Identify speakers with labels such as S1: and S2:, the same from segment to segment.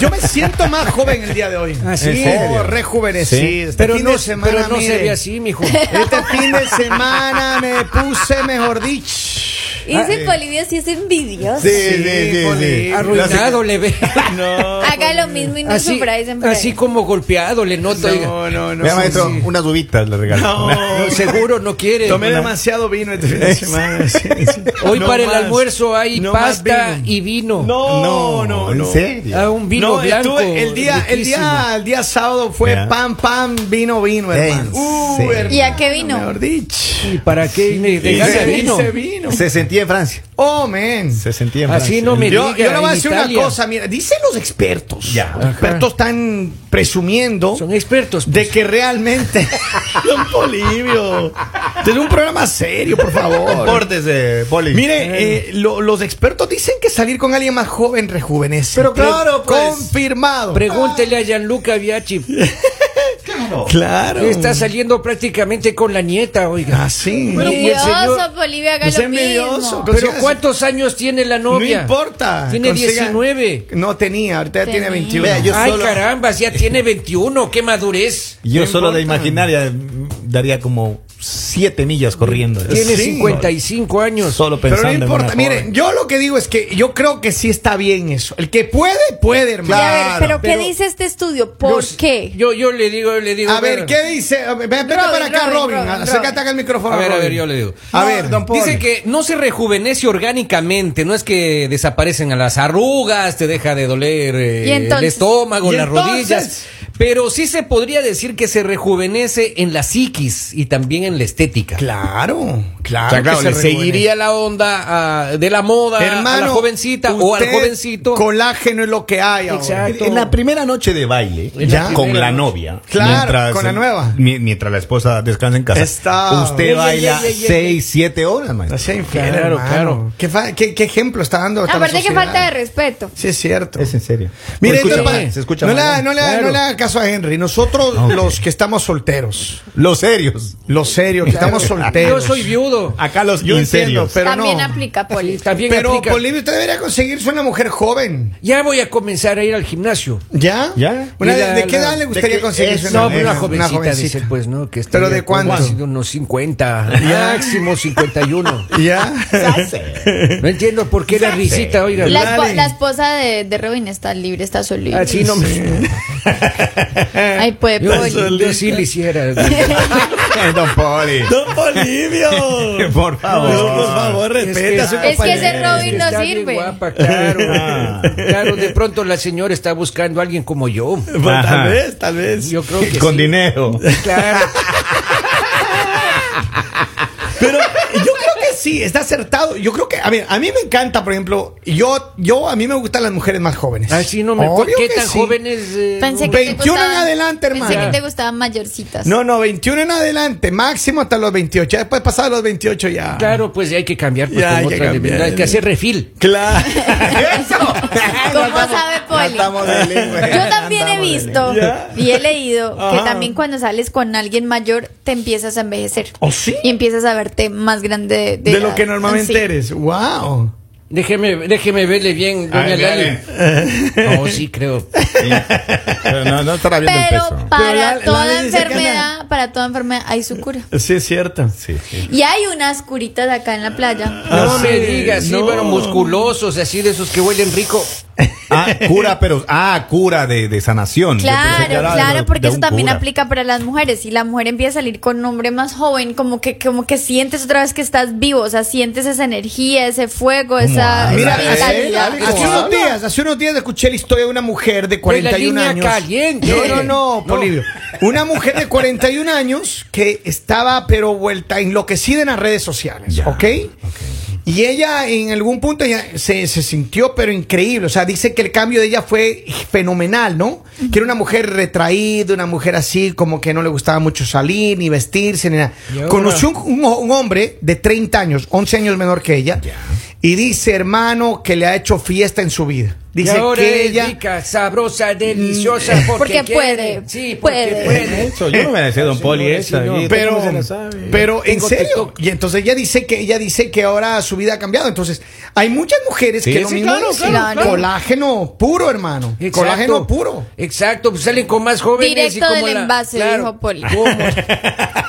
S1: yo me siento más joven el día de hoy.
S2: Ah, ¿sí?
S1: Oh,
S2: ¿En serio?
S1: rejuvenecido.
S2: Sí.
S1: Este
S2: Pero
S1: fin
S2: no,
S1: de semana,
S2: pero no
S1: mire,
S2: se ve así, mijo.
S1: Este fin de semana me puse, mejor dicho.
S3: Y ese Polivio sí es envidioso.
S4: Sí, sí, sí, sí.
S1: Poli.
S2: Arruinado le ve.
S1: No.
S3: Haga lo mismo y no
S2: Así,
S3: sufra, dicen por ahí.
S2: así como golpeado le noto. oiga.
S1: No, no, no.
S4: Vea, maestro,
S1: Sí.
S4: unas uvitas le regalo.
S1: No,
S2: Seguro no quiere.
S1: Tomé demasiado vino este fin de semana. sí, sí.
S2: Hoy
S1: No
S2: para el
S1: más.
S2: almuerzo hay
S1: No más
S2: pasta
S1: vino.
S2: y vino.
S1: No, no, no.
S4: ¿En serio?
S2: Ah, un vino
S1: no,
S2: blanco.
S1: estuve- el día, el
S2: riquísimo.
S1: día, el día sábado fue
S4: Ya.
S1: pam, pam, vino, vino,
S4: Eh,
S1: hermano.
S4: sí.
S3: ¿Y a qué vino?
S1: Mejor dicho.
S2: ¿Y para qué me regala
S1: Ese
S2: vino?
S1: vino.
S4: Se sentía en Francia.
S1: Oh, man.
S4: Se sentía en Francia.
S2: Así no me
S1: Yo,
S2: diga.
S1: yo le voy a
S2: en
S1: decir
S2: Italia.
S1: una cosa, mira, dicen los expertos.
S4: Ya.
S1: Los expertos están presumiendo
S2: Son expertos. pues.
S1: de que realmente. Don Polivio. Tenés un programa serio, por favor.
S4: Compórtese, Poli.
S1: Mire, eh, lo- los expertos dicen que salir con alguien más joven rejuvenece.
S4: Pero claro, pues.
S1: confirmado.
S2: Pregúntele a Gianluca Biachi.
S1: claro.
S2: Está saliendo prácticamente con la nieta,
S1: Ah,
S2: oiga.
S1: así.
S2: Bueno, pues, señor-
S3: Envidioso, Polivio, haga
S1: No sea
S3: lo mismo.
S1: envidioso.
S2: Pero
S1: consígase-
S2: ¿cuántos años tiene la
S1: no
S2: novia?
S1: importa.
S2: Tiene
S1: consiga-
S2: 19.
S1: No tenía, ahorita ya tiene
S3: Tenía.
S1: 21.
S4: Vea, yo-
S2: Ay,
S4: solo-
S2: caramba, ya tiene 21, qué madurez.
S4: Yo
S1: No
S4: solo de
S1: importa.
S4: imaginar ya, mm, daría como siete millas corriendo.
S2: Tiene
S1: Sí.
S2: 55 años.
S4: Solo
S1: pero no
S4: pensando
S1: importa.
S4: en una
S1: Mire,
S4: joven.
S1: yo lo que digo es que yo creo que sí está bien eso. El que puede, puede, hermano.
S3: Y a ver, ¿pero qué
S2: pero-
S3: dice este estudio? ¿Por
S2: Yo-
S3: qué?
S2: Yo, yo le digo, yo le digo.
S1: A ver, ¿qué dice? A ver, Vete
S3: Robin,
S1: para acá,
S3: Robin,
S1: Robin.
S3: Robin,
S1: Acércate
S3: Robin.
S1: acá al micrófono.
S2: A ver, a
S1: Robin.
S2: ver, yo le digo.
S1: A
S4: No,
S1: ver,
S4: don Paul.
S2: Dice que no se rejuvenece orgánicamente, no es que desaparecen a las arrugas, te deja de doler eh,
S3: ¿Y entonces?
S2: el estómago,
S1: ¿Y
S2: las
S1: entonces?
S2: rodillas, pero sí se podría decir que se rejuvenece en la psiquis y también en la estética.
S1: Claro, claro.
S2: O sea, claro,
S1: que
S2: le
S1: se
S2: seguiría la onda ah, de la moda a la jovencita o al
S1: usted,
S2: jovencito.
S1: Colágeno es lo que hay ahora.
S2: Exacto.
S4: En la primera noche de baile,
S2: En
S1: la
S4: con
S2: primera
S4: la
S2: noche.
S4: novia,
S1: Claro, con la nueva.
S4: mi- mientras la esposa descansa en casa,
S1: Está-
S4: usted
S1: Ey, ey,
S4: baila
S2: ey, ey, ey.
S4: 6, 7 horas,
S1: No
S4: maestro.
S1: sea infiel,
S2: Claro,
S1: hermano.
S2: claro.
S1: ¿Qué, fa- qué- qué ejemplo está dando? hasta la
S3: Aparte que
S1: sociedad?
S3: falta de respeto.
S1: Sí, es cierto.
S4: Es en serio.
S1: Mire,
S4: Se escucha
S1: no,
S4: mal,
S1: le-
S4: se escucha
S1: no, le,
S4: mal.
S1: haga- no, le, haga-
S2: Claro.
S1: no le haga caso a Henry. Nosotros,
S4: Ok.
S1: los que estamos solteros,
S4: Los serios.
S1: los serios, que estamos
S2: Yo
S1: solteros.
S2: soy viudo.
S4: Acá los
S1: Yo entiendo,
S4: inserios.
S1: pero
S3: También
S1: no.
S3: aplica Ah, Poli.
S2: También
S1: pero
S2: aplica.
S1: Bolivia, usted debería conseguirse una mujer joven.
S2: Ya voy a comenzar a ir al gimnasio.
S1: ¿Ya?
S4: Ya.
S1: Una
S2: Y
S1: de,
S2: la-
S1: ¿de qué
S2: la-
S1: edad le
S2: ¿de
S1: gustaría
S4: qué-
S1: conseguirse
S4: es-
S2: No,
S4: una
S2: pero
S4: nena,
S2: una
S4: una
S2: jovencita, dice, pues, ¿no? Que estaría
S1: ¿Pero de
S2: como
S1: cuánto?
S2: así de unos 50, máximo 51.
S1: ¿Ya?
S2: No entiendo por qué la risita, oiga.
S3: La, espo-
S1: Dale.
S3: la esposa de, de Robin está libre, está solita.
S2: Así no me...
S3: Ay, puede
S2: Yo,
S3: Poli.
S2: yo sí le hiciera.
S4: Don Poli.
S1: ¡Don Bolivio!
S4: Por favor.
S1: respeta a su
S3: Es que ese
S1: compañero. Ah.
S3: Robin no
S2: Está bien
S3: sirve.
S2: guapa, claro. Claro, de pronto la señora está buscando a alguien como yo.
S1: Pues,
S4: Ajá.
S1: tal vez, tal vez.
S2: Yo creo que
S4: Con
S2: sí.
S4: dinero.
S2: Claro.
S1: Pero yo creo que sí, está acertado. Yo creo que, a ver, a mí me encanta, por ejemplo, yo, yo a mí me gustan las mujeres más jóvenes.
S2: Así Ah, no me...
S1: Obvio
S2: ¿Qué
S1: que
S2: tan
S1: sí.
S2: jóvenes? eh,
S3: Pensé que te
S1: 21 en
S3: gustaban-
S1: adelante,
S3: Pensé
S1: hermano.
S3: que te gustaban mayorcitas.
S1: No, no, 21 en adelante, máximo hasta los 28. Ya Después pasado los 28 ya.
S2: Claro, pues hay que cambiar. Pues,
S1: Ya,
S2: con
S1: hay que
S2: otra de-
S1: cambiar.
S2: Hay que hacer refil.
S1: Claro.
S3: ¿Cómo sabe Poli? Yo también he visto
S1: Ya.
S3: y he leído que
S1: Ajá.
S3: también cuando sales con alguien mayor te empiezas a envejecer.
S1: ¿Oh, sí?
S3: Y empiezas a verte más grande de,
S1: De
S3: edad.
S1: lo que normalmente
S3: Sí.
S1: eres. Wow.
S2: Déjeme, déjeme verle bien,
S1: Ah,
S2: doña
S4: Ay,
S2: Lali. No, sí, creo.
S4: No, no estará viendo el
S3: Pero
S4: peso.
S3: para
S1: Pero la- la
S3: toda
S1: ley dice que
S3: enfermedad, para toda enfermedad hay su cura.
S1: Sí, es cierto.
S4: Sí, sí.
S3: Y hay unas curitas acá en la playa.
S2: No
S1: Ah,
S2: me
S1: sí,
S2: digas, sí,
S1: no.
S2: bueno, musculosos, así de esos que huelen rico.
S4: Ah, cura, pero. Ah, cura de, de sanación. Yo pensé que
S3: Claro,
S4: era de-
S3: claro,
S4: de
S3: porque eso
S4: un
S3: también
S4: cura.
S3: aplica para las mujeres. Si la mujer empieza a salir con un hombre más joven, como que, como que sientes otra vez que estás vivo, o sea, sientes esa energía, ese fuego, esa
S4: habla?
S1: Ah, Mira,
S3: esa
S4: Ay,
S1: hace,
S3: vitalidad.
S4: Alex,
S1: hace
S4: ¿cómo
S1: unos días, hace unos días escuché la historia de una mujer de 41
S2: Pues línea
S1: años.
S2: caliente.
S1: No, no, no,
S2: No.
S1: Polivio. Una mujer de 41 años que estaba pero vuelta enloquecida en las redes sociales,
S4: Ya,
S1: ¿ok? Y ella en algún punto ella se, se sintió pero increíble, o sea, dice que el cambio de ella fue fenomenal, ¿no? Que era una mujer retraída, una mujer así como que no le gustaba mucho salir ni vestirse ni nada.
S2: Y ahora-
S1: Conoció un, un- un hombre de 30 años, 11 años menor que ella. Y dice, hermano, que le ha hecho fiesta en su vida. Dice
S2: Y ahora
S1: que
S2: es
S1: ella. Mm.
S2: rica, sabrosa, deliciosa. Porque,
S3: Porque puede,
S2: quiere. Sí, porque
S3: puede.
S2: puede.
S4: Eso, yo no me la sé, don
S2: Sí,
S4: Poli,
S2: no,
S4: esa.
S2: sí, no.
S4: y-
S1: Pero,
S4: se la sabe.
S1: pero en
S2: Tengo
S1: serio.
S2: TikTok.
S1: Y entonces ella dice que ella dice que ahora su vida ha cambiado. Entonces, hay muchas mujeres
S4: Sí,
S1: que lo
S4: sí,
S1: mismo
S4: claro,
S1: dicen.
S3: claro, claro.
S1: Colágeno puro, hermano.
S2: Exacto.
S1: Colágeno puro.
S2: Exacto, pues salen con más jóvenes. y
S3: Directo
S2: como
S3: del
S2: la-
S3: envase,
S2: claro.
S3: dijo Poli.
S4: Ay, ay,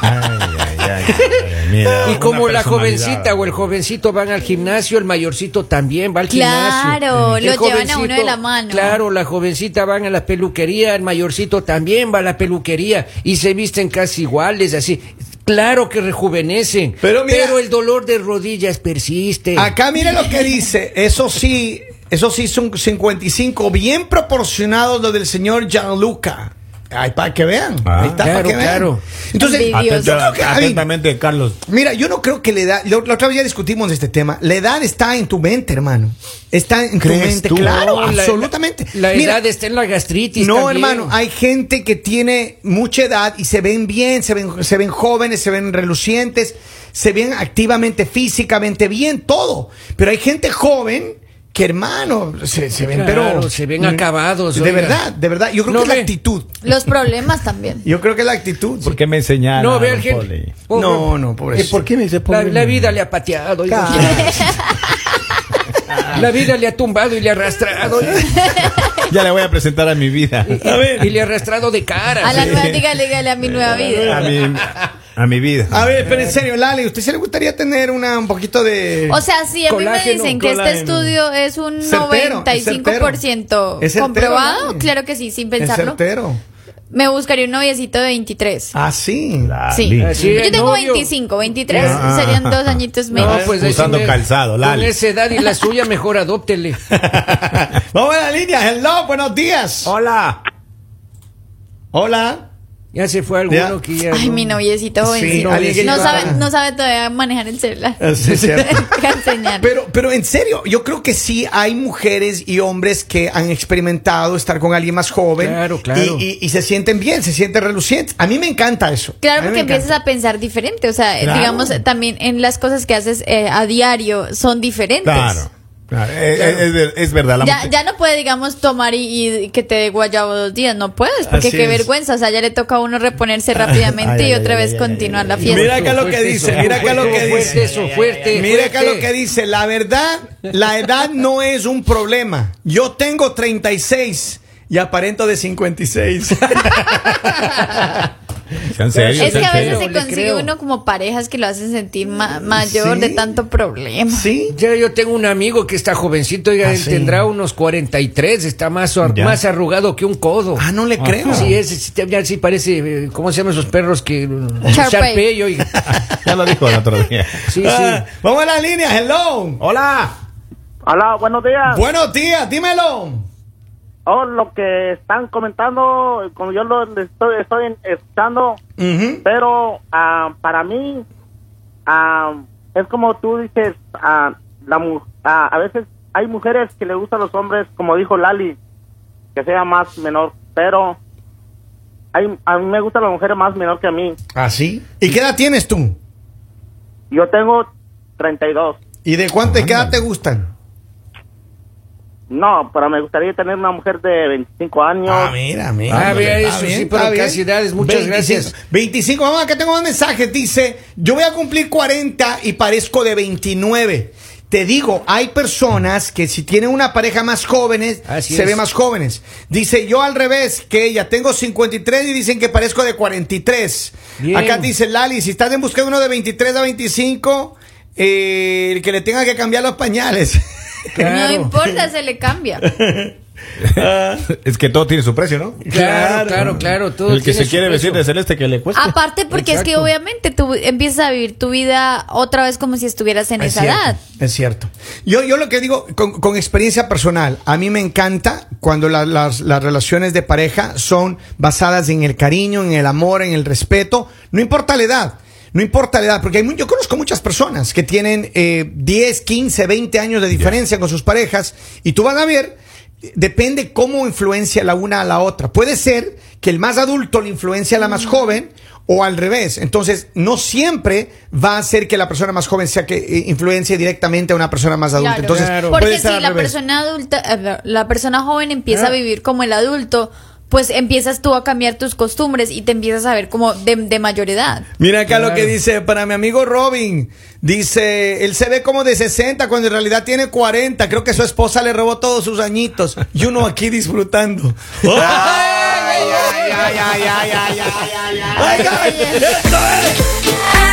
S4: ay, ay,
S1: Eh,
S4: mira,
S2: Y
S4: una
S2: como la
S4: personalidad.
S2: jovencita o el jovencito van al gimnasio, el mayorcito también va al gimnasio.
S3: Claro,
S2: El
S3: lo llevan a uno de
S2: jovencito,
S3: la mano.
S2: Claro, la jovencita van a la peluquería, el mayorcito también va a la peluquería y se visten casi iguales, así. Claro que rejuvenecen,
S1: Pero mira-
S2: el dolor de rodillas persiste.
S1: Acá mire lo que dice. Eso sí, eso sí son 55 bien proporcionados los del señor Gianluca. Ay, para que vean.
S4: Ah.
S1: Ahí está,
S2: Claro,
S1: para que vean.
S2: claro.
S1: Entonces, yo
S3: Envidia. Dios.
S4: Atenta-
S1: creo que Javi,
S4: atentamente, Carlos.
S1: Mira, yo no creo que la edad. lo- La otra vez ya discutimos de este tema. La edad está en tu mente, hermano. Está en tu
S4: ¿Crees
S1: mente,
S4: tú?
S1: claro,
S2: No, la-
S1: absolutamente.
S2: La,
S1: Mira,
S2: edad está en la gastritis.
S1: No,
S2: también.
S1: hermano, hay gente que tiene mucha edad y se ven bien, se ven, se ven jóvenes, se ven relucientes, se ven activamente, físicamente bien, todo. Pero hay gente joven que, hermano, se, se ven,
S2: Claro,
S1: pero.
S2: se ven acabados,
S1: De
S2: oiga.
S1: verdad, de verdad. Yo creo
S2: No
S1: que es la
S2: ve.
S1: actitud.
S3: Los problemas también.
S1: Yo creo que es la actitud.
S4: ¿Por qué me enseñaron?
S2: No,
S4: a
S2: vean,
S4: don
S2: gente.
S4: Poli?
S2: Pobre-
S1: No, no,
S4: ¿Y
S1: pobrecito.
S4: ¿Por qué me dice
S2: La,
S4: pobre?
S2: la vida le ha pateado. oiga.
S1: Claro.
S2: La vida le ha tumbado y le ha arrastrado.
S4: Ya le voy a presentar a mi vida. A
S2: Y le ha arrastrado de cara.
S3: A la
S2: Sí.
S3: nueva, dígale, dígale a mi nueva vida.
S4: mi, a mi vida.
S1: A ver, pero en serio, Lali, ¿usted se le gustaría tener una, un poquito de.
S3: O sea, si a mí me
S2: Colágeno,
S3: dicen que este
S1: colágeno.
S3: estudio es un
S1: Certero, es certero.
S3: 95%
S1: Es certero,
S3: comprobado,
S1: Lali.
S3: claro que sí, sin
S1: Es
S3: pensarlo,
S1: certero.
S3: me buscaría un noviecito de 23.
S1: Ah, sí.
S3: Sí.
S4: Lali.
S2: Así
S3: Yo
S2: es,
S3: tengo
S2: novio.
S3: 25, 23
S4: Ah.
S3: serían dos añitos menos.
S2: No, pues ahí sí
S4: Usando
S2: me-
S4: calzado,
S2: Con
S4: Lali.
S2: esa edad y la suya, mejor adóptele.
S1: Vamos a la línea. Hello, buenos días.
S4: Hola.
S1: Hola.
S2: Ya se fue alguno
S1: Ya.
S2: que ya.
S3: Ay,
S2: no-
S3: mi noviecito
S1: eh, Sí,
S3: jovencito.
S1: alguien que
S3: no,
S1: iba-
S3: sabe, no sabe todavía manejar el celular.
S1: Sí, es cierto.
S3: Deja enseñar.
S1: Pero, pero en serio, yo creo que sí hay mujeres y hombres que han experimentado estar con alguien más joven.
S2: Claro, claro.
S1: Y, y- y se sienten bien, se sienten relucientes. A mí me encanta eso.
S3: Claro,
S1: A mí
S3: porque
S1: me
S3: empiezas
S1: encanta.
S3: a pensar diferente. O sea, eh,
S1: Claro.
S3: digamos, eh, también en las cosas que haces eh, a diario son diferentes.
S4: Claro. claro. Eh, eh, Es, ver- es verdad. La
S3: Ya,
S4: mujer-
S3: ya no puede, digamos, tomar y, y que te dé guayabo dos días. No puedes, porque
S1: Así
S3: qué
S1: es.
S3: vergüenza. O sea, ya le toca a uno reponerse rápidamente
S4: Ay,
S3: y
S4: ay,
S3: otra
S4: ay,
S3: vez
S4: ay,
S3: continuar
S4: ay,
S3: la
S4: ay.
S3: fiesta.
S1: Mira acá lo que
S2: Fuerte
S1: dice,
S2: eso,
S1: mira acá lo que
S2: fuerte
S1: dice.
S2: eso, fuerte,
S1: Mira acá
S2: fuerte.
S1: lo que dice, la verdad, la edad no es un problema. Yo tengo 36 y aparento de 56.
S4: Sean serios,
S3: Es que
S4: sean
S3: a veces
S4: serios.
S3: se
S2: le
S3: consigue
S2: creo.
S3: uno como parejas que lo hacen sentir ma- mayor
S1: Sí.
S3: de tanto problema.
S1: ¿Sí?
S2: Ya yo tengo un amigo que está jovencito, oiga,
S1: Ah,
S2: él
S1: sí.
S2: tendrá unos 43, está más, ar-
S4: Ya.
S2: más arrugado que un codo.
S1: Ah, no le creo.
S2: Sí, es, sí, te- ya sí parece, eh, ¿cómo se llaman esos perros que...
S3: Sharpei.
S2: Sharpei, oiga.
S4: Ya lo dijo el otro día.
S2: Sí, sí.
S1: Ah, vamos a la línea, hello.
S4: Hola.
S5: Hola, buenos días.
S1: Buenos días, dímelo.
S5: Oh, lo que están comentando, como yo lo les estoy, estoy escuchando,
S1: Ujú.
S5: pero ah, para mí ah, es como tú dices, ah, la mu- ah, a veces hay mujeres que le gustan los hombres, como dijo Lali, que sea más menor, pero hay, a mí me gustan las mujeres más menor que a mí.
S2: Ah,
S1: ¿Así? ¿Y qué edad tienes tú?
S5: Yo tengo 32.
S1: ¿Y de cuánto, qué edad
S4: Ándale.
S1: te gustan?
S5: No, pero me gustaría tener una mujer de 25 años.
S1: mira, mira.
S2: Ah, vea,
S1: Está
S2: eso sí,
S1: bien,
S2: pero
S1: está bien.
S2: cantidades, muchas
S1: 25,
S2: gracias.
S1: 25, vamos, acá tengo un mensaje, dice, yo voy a cumplir 40 y parezco de 29. Te digo, hay personas que si tienen una pareja más jóvenes,
S2: Así
S1: se
S2: es.
S1: ve más jóvenes. Dice, yo al revés que ella, tengo 53 y dicen que parezco de 43.
S2: Bien.
S1: Acá dice Lali, si estás en busca de uno de 23 a 25, eh, el que le tenga que cambiar los pañales.
S2: Claro.
S3: No importa, se le cambia.
S4: Es que todo tiene su precio, ¿no?
S2: Claro, claro, claro, todo
S4: el que
S2: tiene
S4: se
S2: su
S4: quiere vestir
S2: precio.
S4: de celeste que le cueste.
S3: Aparte porque es que
S2: Exacto.
S3: obviamente tú empiezas a vivir tu vida otra vez como si estuvieras en
S1: Es
S3: esa
S1: cierto,
S3: edad.
S1: Es cierto. Yo, yo lo que digo con, con experiencia personal, a mí me encanta cuando la- las, las relaciones de pareja son basadas en el cariño, en el amor, en el respeto, no importa la edad. No importa la edad, porque hay, mu- yo conozco muchas personas que tienen eh, 10, 15, 20 años de diferencia con sus parejas y tú vas a ver, eh, depende cómo influencia la una a la otra. Puede ser que el más adulto le influencia a la más joven o al revés. Entonces, no siempre va a ser que la persona más joven sea que eh, influencie directamente a una persona más adulta.
S3: Claro.
S1: Entonces,
S2: Claro.
S1: puede
S3: Porque si
S1: estar al
S3: la
S1: revés.
S3: persona adulta, eh, la persona joven empieza
S2: Ah.
S3: a vivir como el adulto, pues empiezas tú a cambiar tus costumbres y te empiezas a ver como de, de mayor edad.
S1: Mira acá lo
S2: Claro.
S1: que dice para mi amigo Robin. Dice, él se ve como de 60 cuando en realidad tiene 40. Creo que su esposa le robó todos sus añitos. Y uno aquí disfrutando.
S4: ay, ay, ay, ay, ay, ay, ay, ay, ay.
S1: Oiga,
S3: Ay,